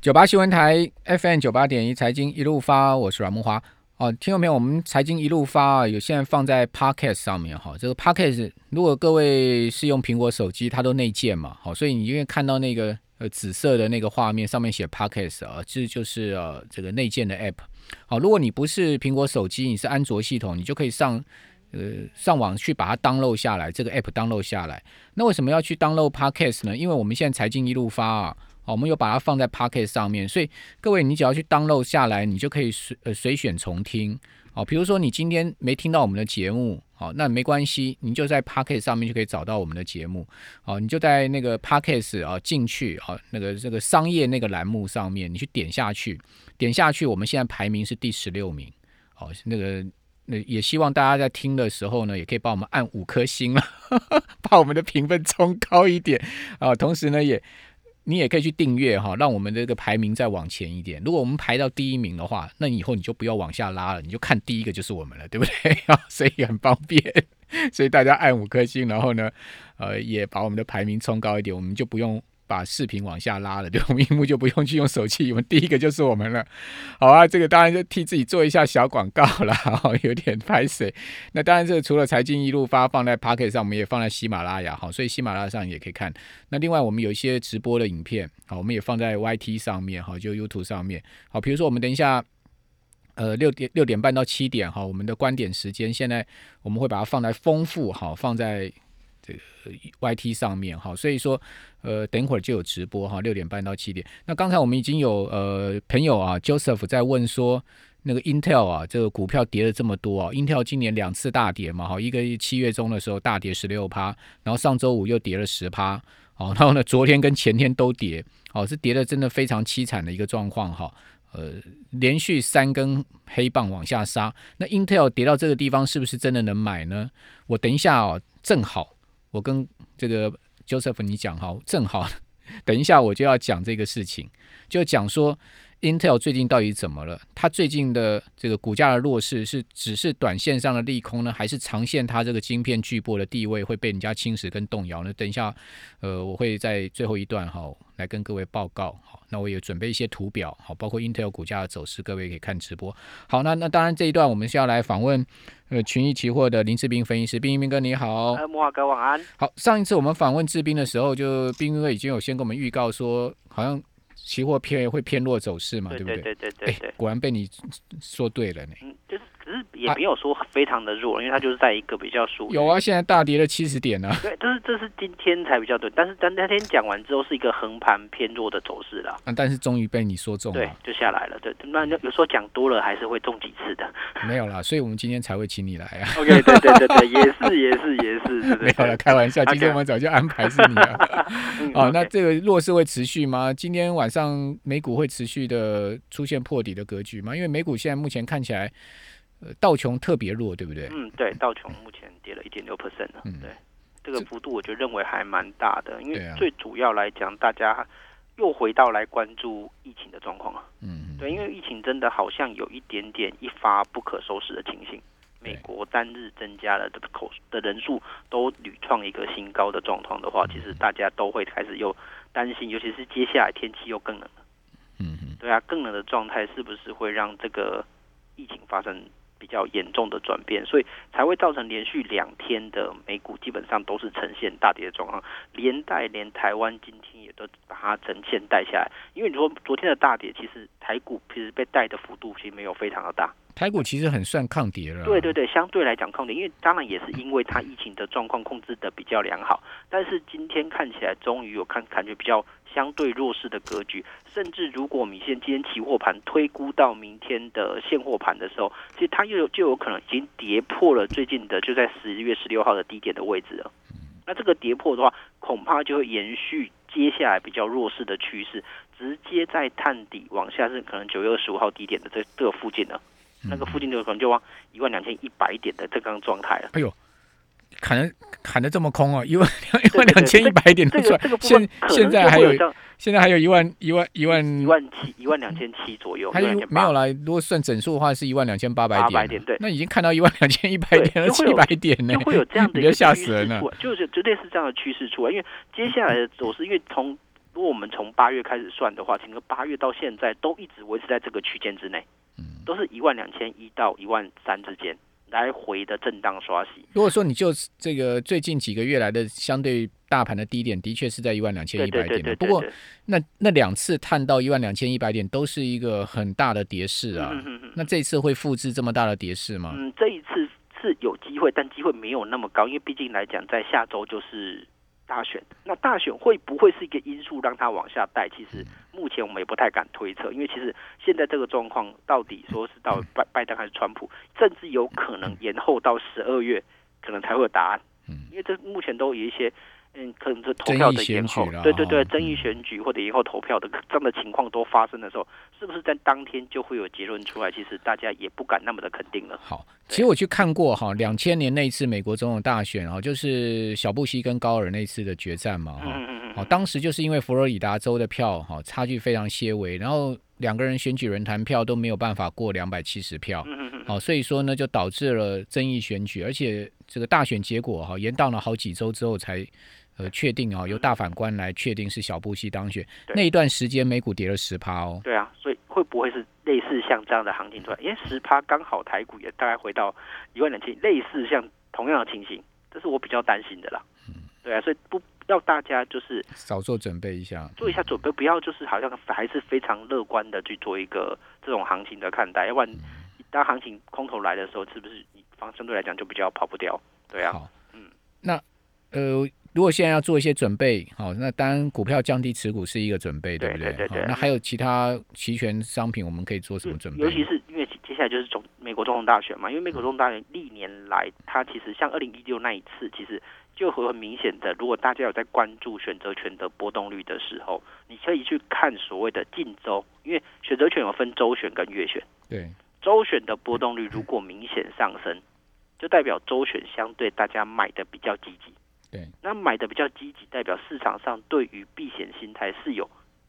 九八新闻台 FM 九八点一财经一路发，我是阮木花。哦，听众朋友，我们财经一路发啊，有现在放在 Podcast 上面哈、这个 Podcast 如果各位是用苹果手机，它都内建嘛，好、所以你因为看到那个呃紫色的那个画面上面写 Podcast 啊，这就是呃这个内建的 App。好、如果你不是苹果手机，你是安卓系统，你就可以上呃上网去把它 download 下来，这个 App download 下来。那为什么要去 download Podcast 呢？因为我们现在财经一路发啊，哦我们有把它放在 Podcast 上面，所以各位你只要去 download 下来，你就可以随呃随选重听。哦，比如说你今天没听到我们的节目，哦，那没关系，你就在 Pocket 上面就可以找到我们的节目。哦，你就在那个 Pocket 啊、进去啊、那个这个商业那个栏目上面，你去点下去，点下去，我们现在排名是第十六名。哦，那个那也希望大家在听的时候呢，也可以帮我们按五颗星了， 把我们的评分冲高一点啊、同时呢，也你也可以去订阅哈，让我们这个排名再往前一点。如果我们排到第一名的话，那以后你就不要往下拉了，你就看第一个就是我们了，对不对？ 啊，所以很方便。所以大家按五颗星，然后呢，呃，也把我们的排名冲高一点，我们就不用把视频往下拉了，对，我们荧幕就不用去用手机，我们第一个就是我们了。好啊，这个当然就替自己做一下小广告啦，哦有点拍水。那当然，这个除了财经一路发放在 Pocket 上，我们也放在喜马拉雅，好，哦所以喜马拉雅上也可以看。那另外，我们有一些直播的影片，好，我们也放在 YT 上面，好，就 YouTube 上面，好，比如说我们等一下。呃，六点六点半到七点哈，我们的观点时间，现在我们会把它放在丰富哈，放在这个 YT 上面哈，所以说呃，等一会儿就有直播哈，六点半到七点。那刚才我们已经有呃朋友啊，Joseph 在问说，那个 Intel 啊，这个股票跌了这么多啊，Intel 今年两次大跌嘛，哈，一个七月中的时候大跌十六趴，然后上周五又跌了十趴，哦，然后呢，昨天跟前天都跌，哦，是跌的真的非常凄惨的一个状况哈、呃，连续三根黑棒往下杀，那 Intel 跌到这个地方，是不是真的能买呢？我等一下哦，正好我跟这个 Joseph 你讲哈，正好 等一下我就要讲这个事情，就讲说 Intel 最近到底怎么了？它最近的这个股价的弱势是只是短线上的利空呢，还是长线它这个晶片巨擘的地位会被人家侵蚀跟动摇呢？等一下，呃，我会在最后一段哈来跟各位报告。好，那我也准备一些图表，好，包括 Intel 股价的走势，各位可以看直播。好，那那当然这一段我们是要来访问呃群益期货的林志斌分析师，斌斌哥你好。呃，木华哥晚安。好，上一次我们访问志斌的时候，就斌哥已经有先跟我们预告说，好像期货偏会偏弱走势嘛，对啊不对对对对对哎，，果然被你说对了呢。嗯，就是只是也没有说非常的弱，因为它就是在一个比较属于啊有啊，现在大跌了七十点呢、啊对，这是这是今天才比较对，但是但那天讲完之后是一个横盘偏弱的走势啦，啊，但是终于被你说中对了，，就下来了，对，那有时候讲多了还是会中几次的。 没有啦，所以我们今天才会请你来啊。 OK，对对对对，也是也是也是， 没对对有了，对。开玩笑。 OK 今天我们早就安排是你 了。嗯哦， OK 那这个弱势会持续吗？今天晚上美股会持续的出现破底的格局吗？因为美股现在目前看起来，呃，道琼特别弱，对不对？嗯，对，道琼目前跌了一点六 percent 了，嗯对，这个幅度我就认为还蛮大的，因对为啊最主要来讲，大家又回到来关注疫情的状况啊。嗯，对，因为疫情真的好像有一点点一发不可收拾的情形。美对国单日增加了的口的人数都屡创一个新高的状况的话，其实大家都会开始又担心，尤其是接下来天气又更冷了。嗯嗯对啊，更冷的状态是不是会让这个疫情发生比较严重的转变？所以才会造成连续两天的美股基本上都是呈现大跌的状况，连带连台湾今天也都把它呈现带下来。因为你说昨天的大跌，其实台股其实被带的幅度其实没有非常的大。台股其实很算抗跌了。啊对对对，相对来讲抗跌，因为当然也是因为它疫情的状况控制的比较良好，但是今天看起来终于有看感觉比较相对弱势的格局，甚至如果我们现今天期货盘推估到明天的现货盘的时候，其实它又有就有可能已经跌破了最近的就在十月十六号的低点的位置了。那这个跌破的话，恐怕就会延续接下来比较弱势的趋势，直接在探底往下是可能九月二十五号低点的这这个附近了。嗯那个附近就可能就往一万两千一百点的这个状态了。哎呦，砍的砍的这么空哦，一 万一万两对对千一百点都这出个来这个，部分现可现能在就还会有有到现在还有一万一万一万一万七、一万两千七左右，还一万有两千没有八。啦？如果算整数的话，是一万两千八百点啊， 800点对那已经看到一万两千一百点了，就会七有百点呢就，会有这样 你的一别个吓趋死人势了出。来，就是绝对是这样的趋势出来。因为接下来的走势，因为从如果我们从八月开始算的话，整个八月到现在都一直维持在这个区间之内，嗯，都是一万两千一到一万三之间来回的震荡刷洗。如果说你就这个最近几个月来的相对大盘的低点，的确是在一万两千对一对百对点嘛。对对，不过对那那两次探到一万两千一百点，都是一个很大的跌势啊。嗯嗯嗯嗯那这一次会复制这么大的跌势吗？嗯，这一次是有机会，但机会没有那么高，因为毕竟来讲，在下周就是大选。那大选会不会是一个因素让它往下带？其嗯实目前我们也不太敢推测，因为其实现在这个状况到底说是到拜拜登还是川普，甚至有可能延后到十二月，可能才会有答案嗯。因为这目前都有一些。嗯，可能是投票争议的延选举后啦，哦嗯对对对，哈争议选举或者延后投票的这样的情况都发生的时候，是不是在当天就会有结论出来？其实大家也不敢那么的肯定了。好，对其实我去看过哈，两千年那一次美国总统大选啊，就是小布希跟高尔那一次的决战嘛哈。嗯嗯嗯嗯哦，当时就是因为佛罗里达州的票哈、差距非常些微，然后两个人选举人团票都没有办法过两百七十票，嗯嗯嗯哦，所以说呢就导致了争议选举，而且这个大选结果哈、延到了好几周之后才呃确定啊、由大法官来确定是小布希当选。嗯对那一段时间美股跌了十趴哦，对啊，所以会不会是类似像这样的行情出来？因为十趴刚好台股也大概回到一万两千，类似像同样的情形，这是我比较担心的啦。对啊，所以不要大家就是少做准备一下。做一下准备，不要就是好像还是非常乐观的去做一个这种行情的看待，要不然当行情空头来的时候，是不是你方相对来讲就比较跑不掉？对啊，好，嗯，那呃，如果现在要做一些准备，好、那当然股票降低持股是一个准备，不对对对好对那还有其他期权商品，我们可以做什么准备？嗯尤其是因为接下来就是总美国总统大选嘛，因为美国总统大选历年来，它其实像二零一六那一次，其实就会很明显的，如果大家有在关注选择权的波动率的时候，你可以去看所谓的近周，因为选择权有分周选跟月选，对，周选的波动率如果明显上升，就代表周选相对大家买的比较积极。对，那买的比较积极，代表市场上对于避险心态是有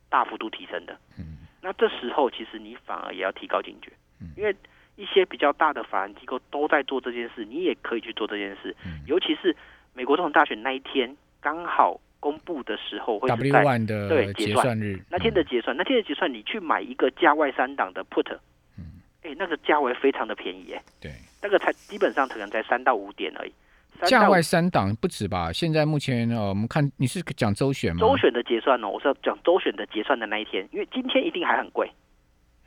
大幅度提升的。嗯，那这时候其实你反而也要提高警觉嗯，因为一些比较大的法人机构都在做这件事，你也可以去做这件事嗯。尤其是美国总统大选那一天刚好公布的时候，会 W 是在 one 的对结结嗯算日，那天的结算，那天的结算，你去买一个价外三档的 put，嗯哎，那个价位非常的便宜，哎，对那个才基本上可能才三到五点而已。3到价外三档不止吧？现在目前呃，我们看你是讲周选吗？周，选的结算哦呢、我是要讲周选的结算的那一天，因为今天一定还很贵。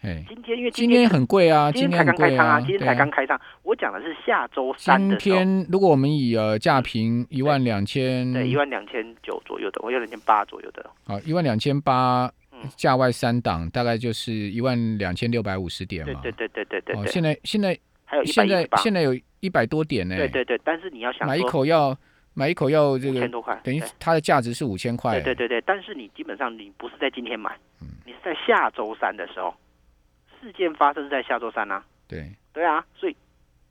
哎，今天因为今天天很贵啊，今天才很刚开贵仓啊，今天对才啊刚开仓。我讲的是下周三今的时候，天嗯如果我们以呃价平一万两千，对，一万两千九左右的，我有两千八左右的。啊一万两千八嗯，价外三档大概就是一万两千六百五十点对嘛。对对对对对哦，对，现在现在还有一百现一十在八。现在有一百多点呢。对对对，但是你要想买一说口药，买一口药这五个千多块，等于对它的价值是五千块。对对对对，但是你基本上你不是在今天买嗯，你是在下周三的时候，事件发生在下周三啊。对对啊，所以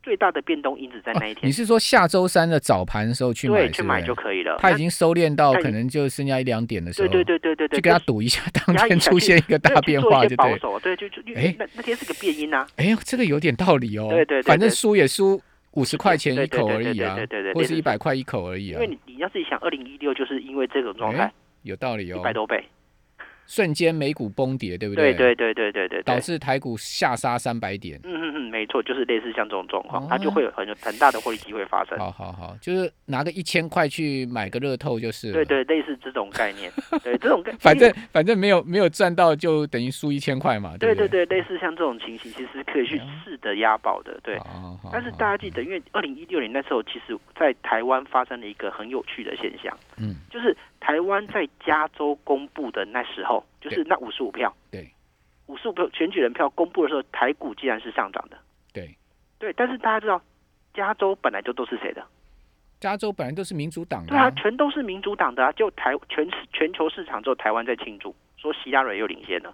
最大的变动因子在那一哦天你，是说下周三的早盘的时候去买？对，是去不买是就可以了。它已经收敛到它已可能就剩下一两点的时候，对对对对对对，就给它是赌一下，当压天一下出现一个没有大去变做一化些就保对。守，对，就就因哎为那那天是个变音啊，哎呦，这个有点道理哦。对对对反正对输也输五十块钱对一对口对而对已啊对对对对，或类是似一百块一口而已因啊为，你你要自己想，二零一六就是因为这种状态哎，有道理一哦百。多倍，瞬间美股崩跌，对不对对对对对对对导对，致台股下杀三百点。嗯嗯嗯，没错，就是类似像这种状况，它哦就会有很很大的获利机会发生。好好好，就是拿个一千块去买个乐透就是了。对对，类似这种概念，对这种概， 反正反正没有没有赚到，就等于输一千块嘛，对不对对对，类似像这种情形，其实可以去对啊试着押宝的，对。好好但是好嗯大家记得，因为二零一六年那时候，其实在台湾发生了一个很有趣的现象，嗯，就是台湾在加州公布的那时候，就是那五十五票，对，五十五票选举人票公布的时候，台股竟然是上涨的，对，对。但是大家知道，加州本来就都是谁的？加州本来都是民主党的对啊，全都是民主党的啊，就台全全球市场只有台湾在庆祝，说希拉蕊又领先了，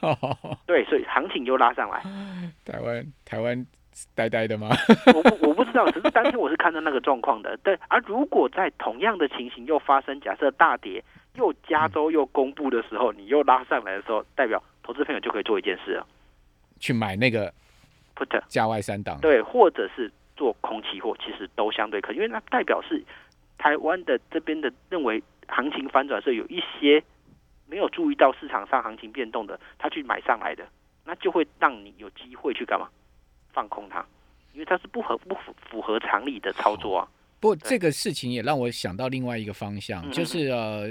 啊，对，所以行情又拉上来。 台湾台湾呆呆的吗？ 我不我不知道，只是当天我是看到那个状况的。但而、如果在同样的情形又发生，假设大跌，又加州又公布的时候，你又拉上来的时候，代表投资朋友就可以做一件事了 去买那个，put 价外三档，对，或者是做空期货，其实都相对可，因为那代表是台湾的这边的认为行情反转是有一些没有注意到市场上行情变动的，他去买上来的，那就会让你有机会去干嘛？放空它，因为它是不合不符符合常理的操作啊。不过这个事情也让我想到另外一个方向，嗯就是呃，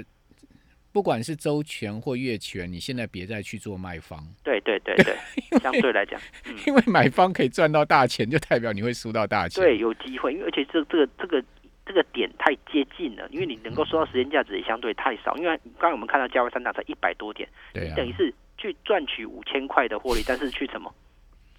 不管是周全或月全，你现在别再去做卖方， 对对对对，相对来讲，嗯，因为买方可以赚到大钱，就代表你会输到大钱。对，有机会，因为而且这这个这个这个点太接近了，因为你能嗯够收到时间价值也相对太少，因为刚刚我们看到价位三档才一百多点，对你啊，等于是去赚取五千块的获利，但是去什么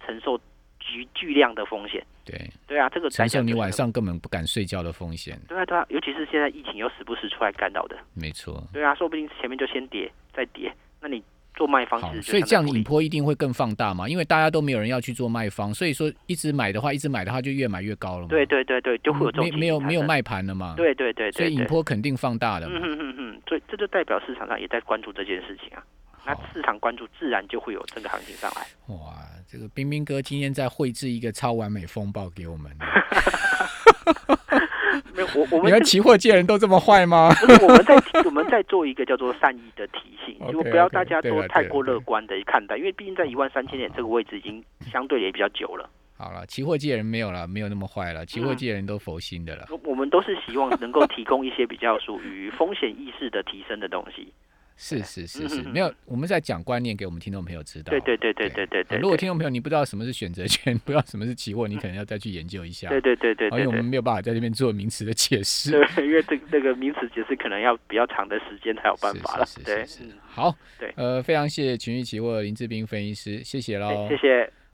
承受巨巨量的风险？对，对啊，这个承来受讲你就是晚上根本不敢睡觉的风险，对啊对啊，尤其是现在疫情又时不时出来干扰的，没错。对啊，说不定前面就先跌再跌，那你做卖方好式，所以这样引坡一定会更放大嘛，因为大家都没有人要去做卖方，所以说一直买的话，一直买的话就越买越高了嘛。嗯对，对对对，就会有这种没没有情形没有产生，卖盘了嘛，对对对所对以引对，坡肯定放大了嘛。嗯哼哼哼，所以这就代表市场上也在关注这件事情啊。那好市场关注，自然就会有这个行情上 来。哇，这个冰冰哥今天在绘制一个超完美风暴给我 们，没有，我我你们们这期货界人都这么坏吗？不是我们在我们在做一个叫做善意的提醒， OK，就不要 OK，大家对都了太对了过对了乐观的看待，因为毕竟在一万三千点这个位置已经相对也比较久了。好了，期货界人没有了，没有那么坏了，期嗯货界人都佛心的了。我我们都是希望能够提供一些比较属于风险意识的提升的东西。是是是是，嗯嗯嗯没有，我们在讲观念给我们听众朋友知道。对对对对对对对，呃如果对听众朋友你不知道什么是选择权， 不知道什么是期货，你可能要再去研究一下。对对对对好因为对我们对。没有办法在这边做名词的解释。对，因为这个这个名词解释可能要比较长的时间才有办法了是。对是是，是嗯好，对呃，非常谢谢群益期货林志斌分析师，谢谢喽。哎谢谢。